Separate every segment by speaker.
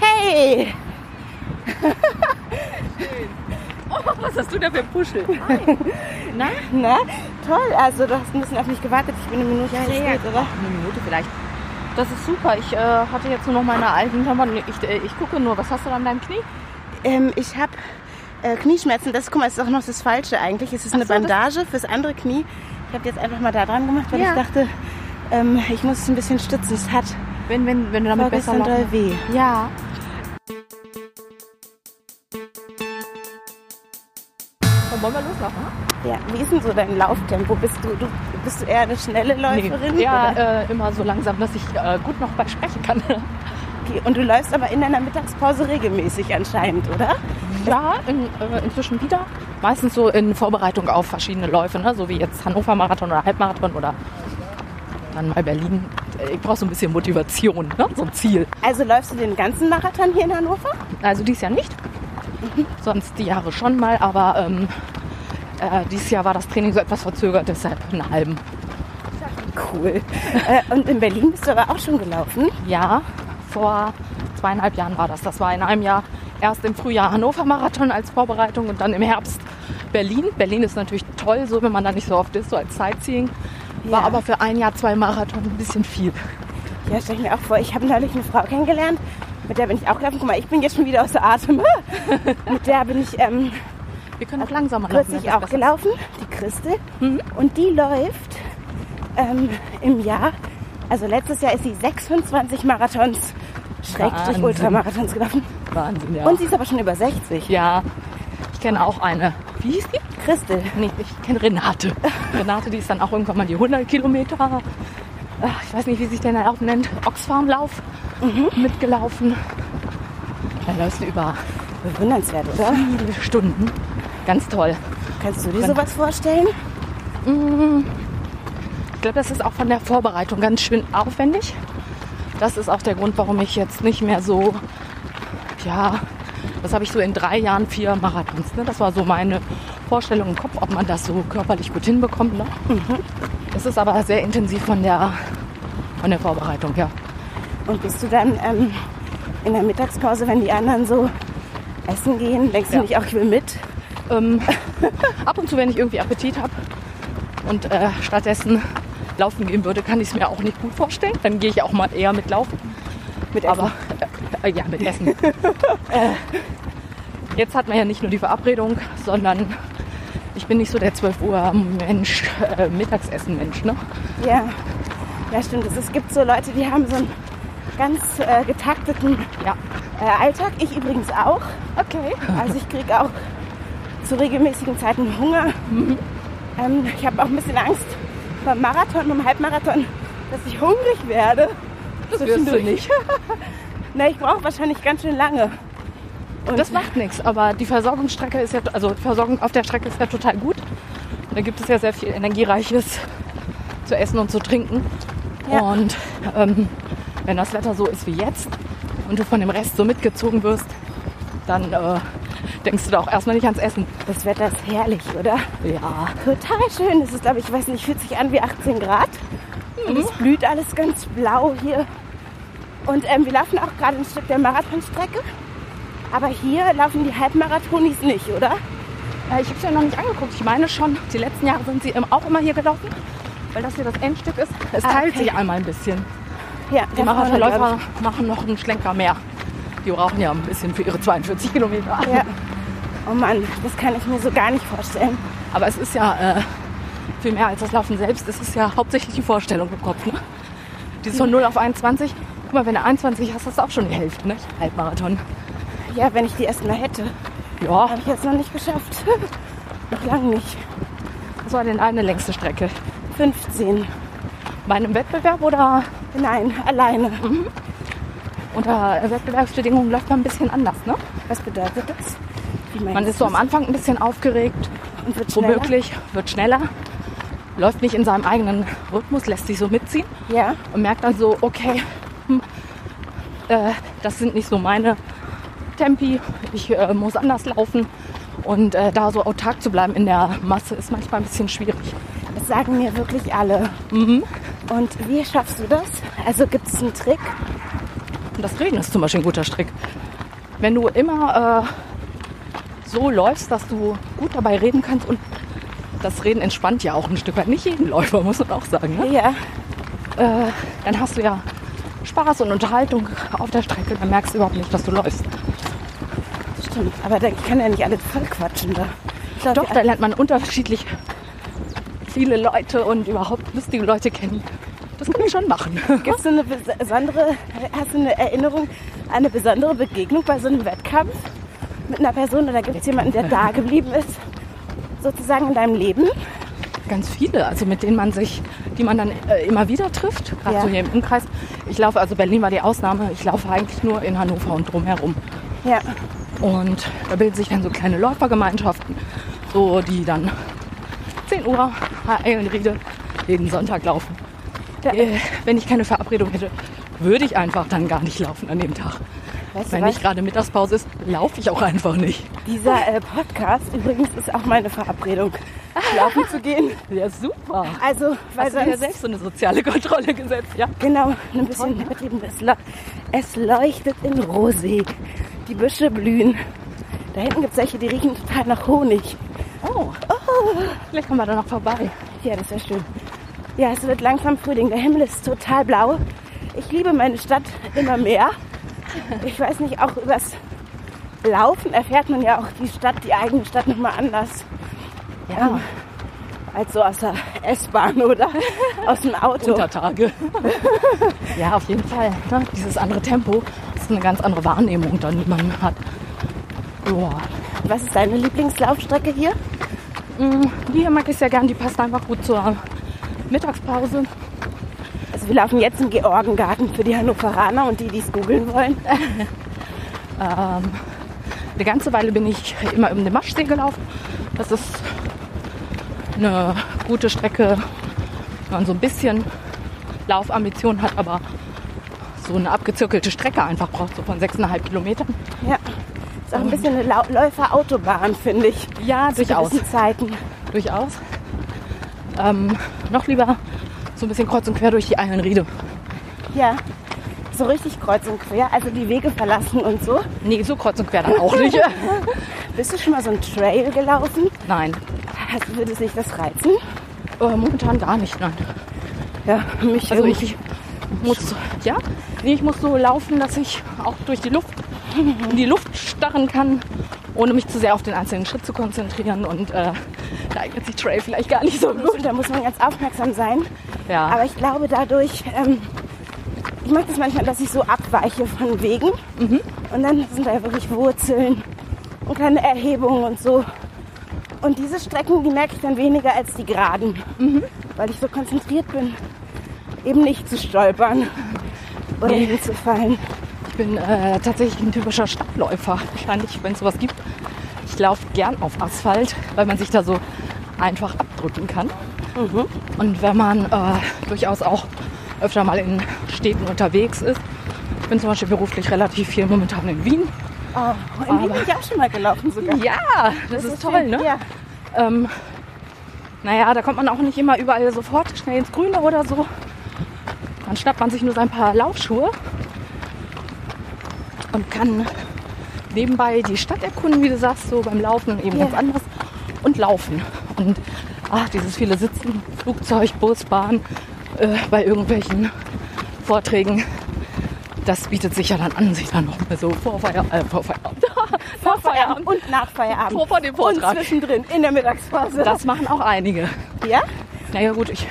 Speaker 1: Hey!
Speaker 2: Oh, was hast du da für einen Puschel?
Speaker 1: Na? Na? Toll, also du hast ein bisschen auf mich gewartet. Ich bin eine Minute zu spät, oder?
Speaker 2: Eine Minute vielleicht.
Speaker 1: Das ist super. Ich äh, hatte jetzt nur noch meine alten Klamotten. Ich, äh, ich gucke nur, was hast du an deinem Knie? Ähm, ich habe äh, Knieschmerzen. Das, guck mal, es ist auch noch das Falsche eigentlich. Es ist eine
Speaker 2: so, das-
Speaker 1: Bandage fürs andere Knie. Ich habe jetzt einfach mal da dran gemacht, weil
Speaker 2: Ja.
Speaker 1: ich dachte, ähm, ich muss es ein bisschen stützen. Es hat
Speaker 2: Wenn, wenn, wenn du damit besser
Speaker 1: vorgestern doll
Speaker 2: laufen
Speaker 1: weh.
Speaker 2: Ja. Dann wollen wir loslaufen? ne?
Speaker 1: Ja, wie ist denn so dein Lauftempo? Bist du, du, bist du eher eine schnelle Läuferin?
Speaker 2: Ja,
Speaker 1: oder?
Speaker 2: äh, immer so langsam, dass ich äh, gut noch bei sprechen kann.
Speaker 1: Okay, Und du läufst aber in deiner Mittagspause regelmäßig anscheinend, oder?
Speaker 2: ja, in, äh, inzwischen wieder. Meistens so in Vorbereitung auf verschiedene Läufe, ne? so wie jetzt Hannover-Marathon oder Halbmarathon oder dann mal Berlin. Ich brauche so ein bisschen Motivation, ne? so ein Ziel.
Speaker 1: Also läufst du den ganzen Marathon hier in Hannover?
Speaker 2: Also dies Jahr nicht, sonst die Jahre schon mal, aber ähm, äh, dieses Jahr war das Training so etwas verzögert, deshalb einen halben.
Speaker 1: Cool. äh, und in Berlin bist du aber auch schon gelaufen?
Speaker 2: Ja, vor zweieinhalb Jahren war das. Das war in einem Jahr erst im Frühjahr Hannover-Marathon als Vorbereitung und dann im Herbst Berlin. Berlin ist natürlich toll, so wenn man da nicht so oft ist, so als Sightseeing. War
Speaker 1: Ja.
Speaker 2: aber für ein Jahr zwei Marathon ein bisschen viel.
Speaker 1: Ja, stell ich mir auch vor. Ich habe neulich eine Frau kennengelernt, mit der bin ich auch gelaufen. Guck mal, ich bin jetzt schon wieder außer Atem. mit der bin ich ähm,
Speaker 2: Wir können auch langsamer laufen. wenn
Speaker 1: kürzlich
Speaker 2: das
Speaker 1: auch
Speaker 2: besser Mhm. ist.
Speaker 1: gelaufen, die Christel. Und die läuft ähm, im Jahr, also letztes Jahr ist sie 26 Marathons, Schrägstrich
Speaker 2: Wahnsinn.
Speaker 1: Ultramarathons gelaufen.
Speaker 2: Wahnsinn, ja.
Speaker 1: Und sie ist aber schon über 60.
Speaker 2: ja, ich kenne auch eine. Wie hieß die?
Speaker 1: Christel,
Speaker 2: Nee, ich kenne Renate. Renate, die ist dann auch irgendwann mal die 100 Kilometer. ach, Ich weiß nicht, wie sich der Lauf nennt. Oxfarmlauf
Speaker 1: Mhm.
Speaker 2: mitgelaufen. Da läufst du über
Speaker 1: bewundernswert, oder?
Speaker 2: viele Stunden. Ganz toll.
Speaker 1: Kannst du dir sowas vorstellen?
Speaker 2: Ich glaube, das ist auch von der Vorbereitung ganz schön aufwendig. Das ist auch der Grund, warum ich jetzt nicht mehr so, ja, was habe ich so in drei Jahren vier Marathons. Ne? Das war so meine Vorstellung im Kopf, ob man das so körperlich gut hinbekommt. Ne? Das ist aber sehr intensiv von der, von der Vorbereitung, ja.
Speaker 1: Und bist du dann ähm, in der Mittagspause, wenn die anderen so essen gehen, denkst du
Speaker 2: Ja.
Speaker 1: nicht auch, ich will mit?
Speaker 2: Ähm, ab und zu, wenn ich irgendwie Appetit habe und äh, stattdessen laufen gehen würde, kann ich es mir auch nicht gut vorstellen. Dann gehe ich auch mal eher mit Laufen.
Speaker 1: Mit Essen.
Speaker 2: Aber äh, äh, ja, mit Essen. äh, jetzt hat man ja nicht nur die Verabredung, sondern ich bin nicht so der 12 Uhr Mensch, äh, Mittagsessen Mensch. Ne?
Speaker 1: Ja, ja stimmt. Es, es gibt so Leute, die haben so einen ganz äh, getakteten
Speaker 2: Ja.
Speaker 1: äh, Alltag. Ich übrigens auch.
Speaker 2: Okay.
Speaker 1: Also ich kriege auch zu regelmäßigen Zeiten Hunger.
Speaker 2: Mhm.
Speaker 1: Ähm, ich habe auch ein bisschen Angst beim Marathon, beim Halbmarathon, dass ich hungrig werde.
Speaker 2: Das wirst du
Speaker 1: Zwischendurch.
Speaker 2: nicht.
Speaker 1: Na, ich brauche wahrscheinlich ganz schön lange. Und
Speaker 2: Das macht nichts, aber die Versorgungsstrecke ist ja, also die Versorgung auf der Strecke ist ja total gut. Da gibt es ja sehr viel Energiereiches zu essen und zu trinken.
Speaker 1: Ja.
Speaker 2: Und ähm, wenn das Wetter so ist wie jetzt und du von dem Rest so mitgezogen wirst, dann äh, denkst du da auch erstmal nicht ans Essen.
Speaker 1: das Wetter ist herrlich, oder?
Speaker 2: Ja,
Speaker 1: Total schön. Es ist, glaube ich, ich weiß nicht, fühlt sich an wie 18 Grad. Und
Speaker 2: Mhm.
Speaker 1: es blüht alles ganz blau hier. Und ähm, wir laufen auch gerade ein Stück der Marathonstrecke. Aber hier laufen die Halbmarathonis nicht, oder?
Speaker 2: Äh, Ich habe es ja noch nicht angeguckt. Ich meine schon, die letzten Jahre sind sie eben auch immer hier gelaufen, weil das hier das Endstück ist. Es
Speaker 1: Ah,
Speaker 2: teilt
Speaker 1: okay.
Speaker 2: sich einmal ein bisschen.
Speaker 1: Ja,
Speaker 2: Die
Speaker 1: da vorne, glaub
Speaker 2: Marathonläufer machen noch einen Schlenker mehr. Die brauchen ja ein bisschen für ihre 42 Kilometer.
Speaker 1: ich. Ja. Oh Mann, das kann ich mir so gar nicht vorstellen.
Speaker 2: Aber es ist ja äh, viel mehr als das Laufen selbst. Es ist ja hauptsächlich die Vorstellung im Kopf. Ne? Die ist von 0 auf 21. Guck mal, wenn du 21 hast, hast du auch schon die Hälfte. Ne? Halbmarathon.
Speaker 1: Ja, wenn ich die erst mal hätte.
Speaker 2: Ja,
Speaker 1: Habe ich jetzt noch nicht geschafft. noch lang nicht.
Speaker 2: das war denn eine längste Strecke.
Speaker 1: 15.
Speaker 2: Bei einem Wettbewerb oder
Speaker 1: Nein, alleine.
Speaker 2: Mhm. unter Wettbewerbsbedingungen läuft man ein bisschen anders. Ne?
Speaker 1: Was bedeutet das? Wie meinst
Speaker 2: Man
Speaker 1: du
Speaker 2: ist so am
Speaker 1: das?
Speaker 2: Anfang ein bisschen aufgeregt,
Speaker 1: und wird
Speaker 2: so
Speaker 1: schneller?
Speaker 2: möglich, wird schneller, läuft nicht in seinem eigenen Rhythmus, lässt sich so mitziehen
Speaker 1: Ja.
Speaker 2: und merkt dann so, okay, hm, äh, das sind nicht so meine Tempi, ich äh, muss anders laufen. Und äh, da so autark zu bleiben in der Masse ist manchmal ein bisschen schwierig.
Speaker 1: Das sagen mir wirklich alle.
Speaker 2: Mhm.
Speaker 1: Und wie schaffst du das? Also gibt es einen Trick?
Speaker 2: Und das Reden ist zum Beispiel ein guter Strick. wenn du immer äh, so läufst, dass du gut dabei reden kannst und das Reden entspannt ja auch ein Stück weit. Nicht jeden Läufer, muss man auch sagen. Ne?
Speaker 1: Ja,
Speaker 2: Äh, dann hast du ja Spaß und Unterhaltung auf der Strecke. Dann merkst du überhaupt nicht, dass du läufst.
Speaker 1: stimmt. Aber da- ich kann ja nicht alle voll quatschen da. Ich glaub,
Speaker 2: Doch,
Speaker 1: die-
Speaker 2: da lernt man unterschiedlich viele Leute und überhaupt lustige Leute kennen. Das kann ich schon machen.
Speaker 1: Gibt's so eine besondere, hast du eine Erinnerung an eine besondere Begegnung bei so einem Wettkampf mit einer Person oder gibt es jemanden, der da geblieben ist, sozusagen in deinem Leben?
Speaker 2: Ganz viele, also mit denen man sich, die man dann äh, immer wieder trifft, gerade
Speaker 1: Ja.
Speaker 2: so hier im Umkreis. Ich laufe, also Berlin war die Ausnahme, ich laufe eigentlich nur in Hannover und drumherum.
Speaker 1: Ja,
Speaker 2: Und da bilden sich dann so kleine Läufergemeinschaften, so die dann 10 Uhr Eilenriede jeden Sonntag laufen.
Speaker 1: Ja.
Speaker 2: Äh, wenn ich keine Verabredung hätte, würde ich einfach dann gar nicht laufen an dem Tag.
Speaker 1: weißt du
Speaker 2: Wenn
Speaker 1: was?
Speaker 2: nicht gerade Mittagspause ist, laufe ich auch einfach nicht.
Speaker 1: Dieser äh, Podcast übrigens ist auch meine Verabredung, laufen zu gehen.
Speaker 2: Ja, super.
Speaker 1: Also, weil
Speaker 2: Ah. Hast du dir
Speaker 1: sonst
Speaker 2: selbst so eine soziale Kontrolle gesetzt, ja?
Speaker 1: genau ein bisschen übertrieben ist. Le- Es leuchtet in Rosé, die Büsche blühen. Da hinten gibt es welche, die riechen total nach Honig.
Speaker 2: Oh. Vielleicht kommen wir da noch vorbei.
Speaker 1: Ja, das wäre schön. Ja, es wird langsam Frühling. Der Himmel ist total blau. Ich liebe meine Stadt immer mehr. Ich weiß nicht, auch übers Laufen erfährt man ja auch die Stadt, die eigene Stadt nochmal anders Ähm,
Speaker 2: Ja,
Speaker 1: als so aus der S-Bahn oder aus dem Auto.
Speaker 2: Untertage. ja, auf jeden Fall. Ne? Dieses andere Tempo ist eine ganz andere Wahrnehmung, dann, die man hat. Joa.
Speaker 1: Was ist deine Lieblingslaufstrecke hier?
Speaker 2: Die Mhm. mag ich sehr gern, die passt einfach gut zur Mittagspause.
Speaker 1: Also wir laufen jetzt im Georgengarten für die Hannoveraner und die, die es googeln wollen.
Speaker 2: Eine ganze Weile bin ich immer um den Maschsee gelaufen. Das ist eine gute Strecke, wenn man so ein bisschen Laufambition hat, aber so eine abgezirkelte Strecke einfach braucht, so von 6,5 Kilometern.
Speaker 1: Ja. Ist auch ein bisschen eine Lau- Läuferautobahn, finde ich.
Speaker 2: Ja, durchaus.
Speaker 1: Zu gewissen Zeiten.
Speaker 2: Durchaus. Ähm, noch lieber so ein bisschen kreuz und quer durch die Eilenriede.
Speaker 1: Ja, so richtig kreuz und quer, also die Wege verlassen und so.
Speaker 2: Nee, so kreuz und quer dann auch nicht.
Speaker 1: Bist du schon mal so einen Trail gelaufen?
Speaker 2: nein,
Speaker 1: Hast, würde sich das reizen?
Speaker 2: äh, momentan gar nicht, nein.
Speaker 1: Ja, mich
Speaker 2: Also
Speaker 1: irgendwie.
Speaker 2: ich muss, ja, nee, ich muss so laufen, dass ich auch durch die Luft, in die Luft starren kann, ohne mich zu sehr auf den einzelnen Schritt zu konzentrieren. Und äh, da eignet sich Trail vielleicht gar nicht so gut.
Speaker 1: Gut, da muss man ganz aufmerksam sein.
Speaker 2: Ja.
Speaker 1: Aber ich glaube dadurch, ähm, ich mache das manchmal, dass ich so abweiche von Wegen.
Speaker 2: Mhm.
Speaker 1: Und dann sind da wirklich Wurzeln und kleine Erhebungen und so. Und diese Strecken, die merke ich dann weniger als die geraden.
Speaker 2: Mhm.
Speaker 1: Weil ich so konzentriert bin, eben nicht zu stolpern oder
Speaker 2: Nee.
Speaker 1: hinzufallen.
Speaker 2: Ich bin äh, tatsächlich ein typischer Stadtläufer, wahrscheinlich, wenn es sowas gibt. Ich laufe gern auf Asphalt, weil man sich da so einfach abdrücken kann. Und wenn man äh, durchaus auch öfter mal in Städten unterwegs ist. Ich bin zum Beispiel beruflich relativ viel momentan in Wien.
Speaker 1: Oh, in Wien bin ich auch schon mal gelaufen sogar.
Speaker 2: Ja, das, ist, toll,
Speaker 1: schön.
Speaker 2: ne?
Speaker 1: Ja.
Speaker 2: Ähm, naja, da kommt man auch nicht immer überall sofort schnell ins Grüne oder so. Dann schnappt man sich nur sein paar Laufschuhe und kann nebenbei die Stadt erkunden, wie du sagst, so beim Laufen und eben
Speaker 1: Ja.
Speaker 2: ganz anders. Und laufen. Und ach, dieses viele Sitzen, Flugzeug, Bus, Bahn, äh, bei irgendwelchen Vorträgen. Das bietet sich ja dann an, sich dann noch mal so vor Feierabend, äh, vor Feierabend, vor Feierabend
Speaker 1: und nach Feierabend.
Speaker 2: Vor- vor dem Vortrag.
Speaker 1: Und zwischendrin, in der Mittagspause.
Speaker 2: Das machen auch einige.
Speaker 1: ja?
Speaker 2: Naja gut, ich,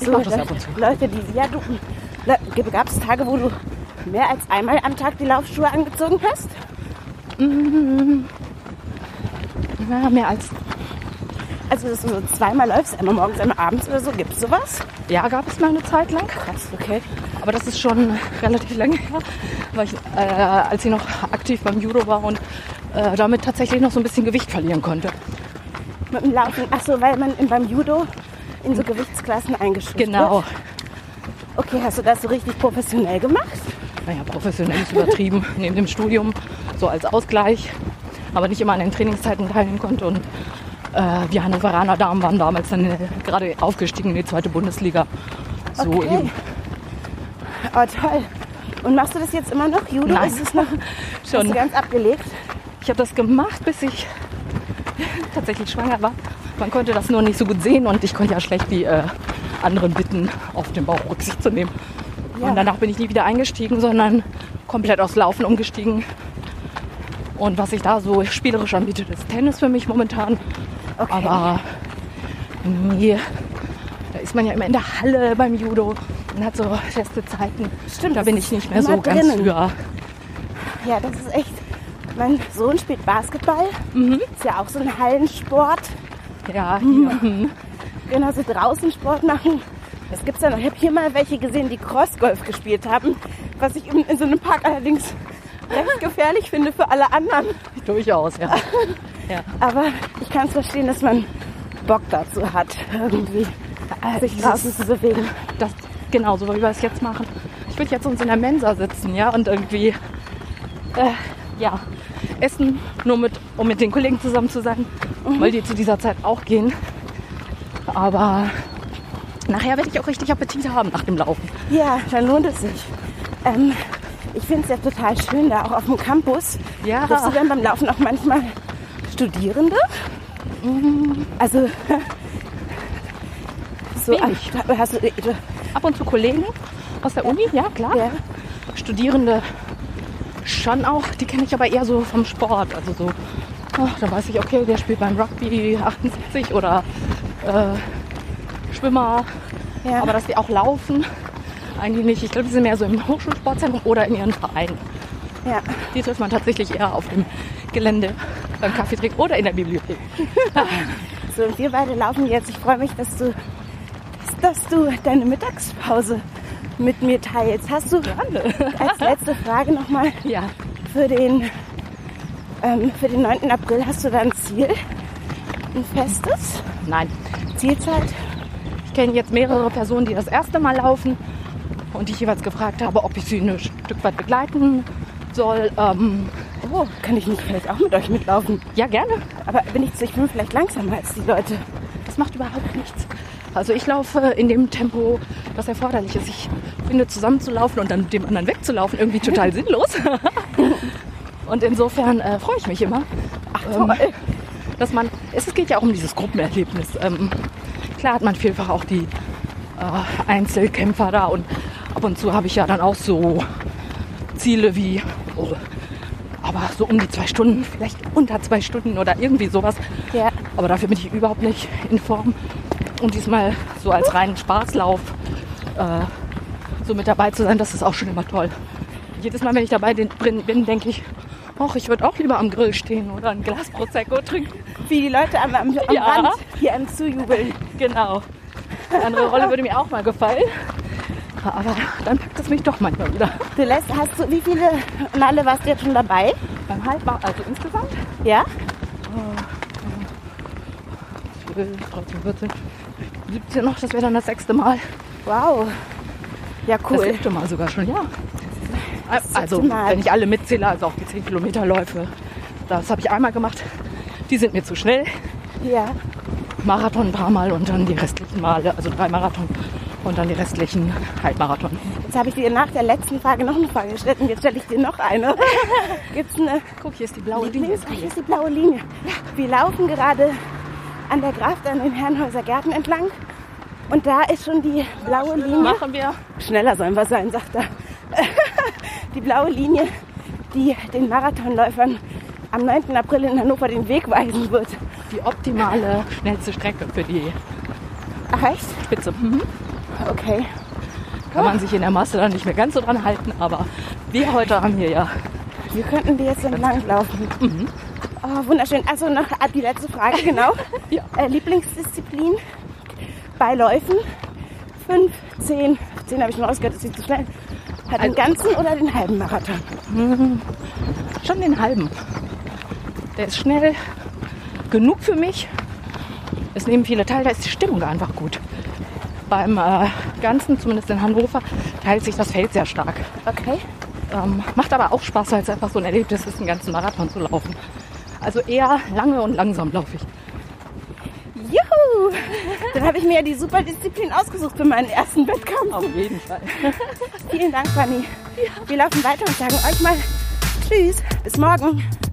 Speaker 2: ich
Speaker 1: So,
Speaker 2: mache das
Speaker 1: Le-
Speaker 2: ab und zu.
Speaker 1: Leute, die, ja, du, gab es Tage, wo du mehr als einmal am Tag die Laufschuhe angezogen hast?
Speaker 2: Ja, mehr als.
Speaker 1: Also, dass du so zweimal läufst, einmal morgens, einmal abends oder so, gibt's sowas?
Speaker 2: Ja, gab es mal eine Zeit lang.
Speaker 1: Krass, okay.
Speaker 2: Aber das ist schon relativ lange her, weil ich, äh, als ich noch aktiv beim Judo war und äh, damit tatsächlich noch so ein bisschen Gewicht verlieren konnte.
Speaker 1: Mit dem Laufen, ach so, weil man in, beim Judo in so Gewichtsklassen eingestuft
Speaker 2: Genau.
Speaker 1: wird. Okay, hast du das so richtig professionell gemacht?
Speaker 2: Naja, professionell ist übertrieben, neben dem Studium, so als Ausgleich. Aber nicht immer an den Trainingszeiten teilnehmen konnte. Und äh, die Hannoveraner Damen waren damals dann äh, gerade aufgestiegen in die zweite Bundesliga. So
Speaker 1: Okay.
Speaker 2: eben.
Speaker 1: Oh, toll. Und machst du das jetzt immer noch, Judo?
Speaker 2: Nein.
Speaker 1: Ist es noch hast du
Speaker 2: Schon.
Speaker 1: ganz abgelegt?
Speaker 2: Ich habe das gemacht, bis ich tatsächlich schwanger war. Man konnte das nur nicht so gut sehen und ich konnte ja schlecht die äh, anderen bitten, auf den Bauch Rücksicht zu nehmen.
Speaker 1: Ja.
Speaker 2: Und danach bin ich nie wieder eingestiegen, sondern komplett aufs Laufen umgestiegen. Und was ich da so spielerisch anbietet, ist Tennis für mich momentan.
Speaker 1: Okay.
Speaker 2: Aber nee, da ist man ja immer in der Halle beim Judo und hat so feste Zeiten.
Speaker 1: Stimmt,
Speaker 2: da
Speaker 1: das
Speaker 2: bin
Speaker 1: ist
Speaker 2: ich nicht mehr
Speaker 1: immer
Speaker 2: so ganz
Speaker 1: drinnen.
Speaker 2: für.
Speaker 1: Ja, das ist echt. Mein Sohn spielt Basketball.
Speaker 2: Mhm.
Speaker 1: Ist ja auch so ein Hallensport.
Speaker 2: Ja, hier.
Speaker 1: Mhm. Genau, so draußen Sport machen. Das gibt's ja noch. Ich habe hier mal welche gesehen, die Crossgolf gespielt haben, was ich in, in so einem Park allerdings recht gefährlich finde für alle anderen.
Speaker 2: durchaus, ja. ja.
Speaker 1: Aber ich kann es verstehen, dass man Bock dazu hat, irgendwie sich
Speaker 2: dieses-
Speaker 1: draußen zu bewegen.
Speaker 2: Das, genau, so wie wir es jetzt machen. Ich würde jetzt uns in der Mensa sitzen, ja, und irgendwie, äh, ja, essen, nur mit, um mit den Kollegen zusammen zu sein, weil die zu dieser Zeit auch gehen. Aber nachher werde ich auch richtig Appetit haben nach dem Laufen.
Speaker 1: Ja, dann lohnt es sich. Ähm, ich finde es ja total schön da, auch auf dem Campus.
Speaker 2: Ja.
Speaker 1: Triffst du denn beim Laufen auch manchmal Studierende? Also, so,
Speaker 2: Wenig.
Speaker 1: ach, hast du, äh, du,
Speaker 2: Ab und zu Kollegen aus der Uni, ja, klar.
Speaker 1: ja,
Speaker 2: Studierende schon auch, die kenne ich aber eher so vom Sport. Also so, ach, da weiß ich, okay, der spielt beim Rugby 78 oder äh, Schwimmer.
Speaker 1: ja.
Speaker 2: Aber dass die auch laufen, eigentlich nicht. Ich glaube, die sind mehr so im Hochschulsportzentrum oder in ihren Vereinen.
Speaker 1: ja.
Speaker 2: Die trifft man tatsächlich eher auf dem Gelände beim Kaffee trinken oder in der Bibliothek.
Speaker 1: So, und wir beide laufen jetzt. Ich freue mich, dass du, dass du deine Mittagspause mit mir teilst. Hast du als letzte Frage nochmal
Speaker 2: Ja,
Speaker 1: für den, ähm, für den 9. April, hast du da ein Ziel? Ein festes?
Speaker 2: nein.
Speaker 1: Zielzeit?
Speaker 2: Ich kenne jetzt mehrere Personen, die das erste Mal laufen und die ich jeweils gefragt habe, ob ich sie ein Stück weit begleiten soll. Ähm,
Speaker 1: Oh, kann ich nicht vielleicht auch mit euch mitlaufen?
Speaker 2: ja, gerne.
Speaker 1: Aber bin ich, zu- ich bin vielleicht langsamer als die Leute.
Speaker 2: Das macht überhaupt nichts. Also ich laufe in dem Tempo, das erforderlich ist. Ich finde, zusammenzulaufen und dann mit dem anderen wegzulaufen irgendwie total sinnlos. und insofern äh, freue ich mich immer,
Speaker 1: Um,
Speaker 2: ähm, dass man, es geht ja auch um dieses Gruppenerlebnis. Ähm, klar hat man vielfach auch die äh, Einzelkämpfer da und ab und zu habe ich ja dann auch so Ziele wie, oh, aber so um die zwei Stunden, vielleicht unter zwei Stunden oder irgendwie sowas.
Speaker 1: Ja.
Speaker 2: Aber dafür bin ich überhaupt nicht in Form. Und diesmal so als reinen Spaßlauf äh, so mit dabei zu sein, das ist auch schon immer toll. Jedes Mal, wenn ich dabei den- drin bin, denke ich, ach, ich würde auch lieber am Grill stehen oder ein Glas Prosecco trinken.
Speaker 1: Wie die Leute am, am, am
Speaker 2: Ja.
Speaker 1: Rand hier einem zujubeln.
Speaker 2: Genau. Eine andere Rolle würde mir auch mal gefallen. Aber dann packt es mich doch manchmal wieder.
Speaker 1: Du lässt, hast du, wie viele Male warst du jetzt schon dabei?
Speaker 2: Beim Halbmar, also insgesamt,
Speaker 1: Ja?
Speaker 2: 12, 13, 14, 17 noch, das wäre dann das sechste Mal.
Speaker 1: Wow. Ja,
Speaker 2: Das
Speaker 1: cool.
Speaker 2: siebte Mal sogar schon, ja.
Speaker 1: siebte
Speaker 2: Also,
Speaker 1: Mal.
Speaker 2: wenn ich alle mitzähle, also auch die 10 Kilometerläufe, das habe ich einmal gemacht. Die sind mir zu schnell.
Speaker 1: Ja.
Speaker 2: Marathon ein paar Mal und dann die restlichen Male, also drei Marathon und dann die restlichen Halbmarathon.
Speaker 1: Jetzt habe ich dir nach der letzten Frage noch eine Frage gestellt und jetzt stelle ich dir noch eine. Gibt es eine
Speaker 2: Guck, hier ist die blaue Linie.
Speaker 1: Lieblings- Ach, hier ist die blaue Linie. Wir laufen gerade an der Graft an den Herrenhäuser Gärten entlang und da ist schon die blaue Linie.
Speaker 2: Machen wir.
Speaker 1: Schneller sollen wir sein, sagt er. Die blaue Linie, die den Marathonläufern am 9. April in Hannover den Weg weisen wird.
Speaker 2: Die optimale, schnellste Strecke für die
Speaker 1: Ach echt?
Speaker 2: Spitze. Mhm.
Speaker 1: Okay.
Speaker 2: Kann man sich in der Masse dann nicht mehr ganz so dran halten, aber wir heute haben hier ja.
Speaker 1: Wir könnten die jetzt entlang laufen.
Speaker 2: Mhm.
Speaker 1: Oh, wunderschön. Also noch die letzte Frage, genau.
Speaker 2: Ja.
Speaker 1: äh, Lieblingsdisziplin bei Läufen? 5, 10, 10 habe ich schon rausgehört, das ist zu schnell. Hat den
Speaker 2: Also-
Speaker 1: ganzen oder den halben Marathon?
Speaker 2: Schon den halben. Der ist schnell genug für mich. Es nehmen viele teil, da ist die Stimmung einfach gut. Beim äh, Ganzen, zumindest in Hannover, teilt sich das Feld sehr stark.
Speaker 1: Okay.
Speaker 2: Ähm, macht aber auch Spaß, weil es einfach so ein Erlebnis ist, einen ganzen Marathon zu laufen. Also eher lange und langsam laufe ich.
Speaker 1: Juhu! Dann habe ich mir ja die super Disziplin ausgesucht für meinen ersten Wettkampf.
Speaker 2: Auf jeden Fall.
Speaker 1: Vielen Dank, Fanny. Wir laufen weiter und sagen euch mal Tschüss. Bis morgen.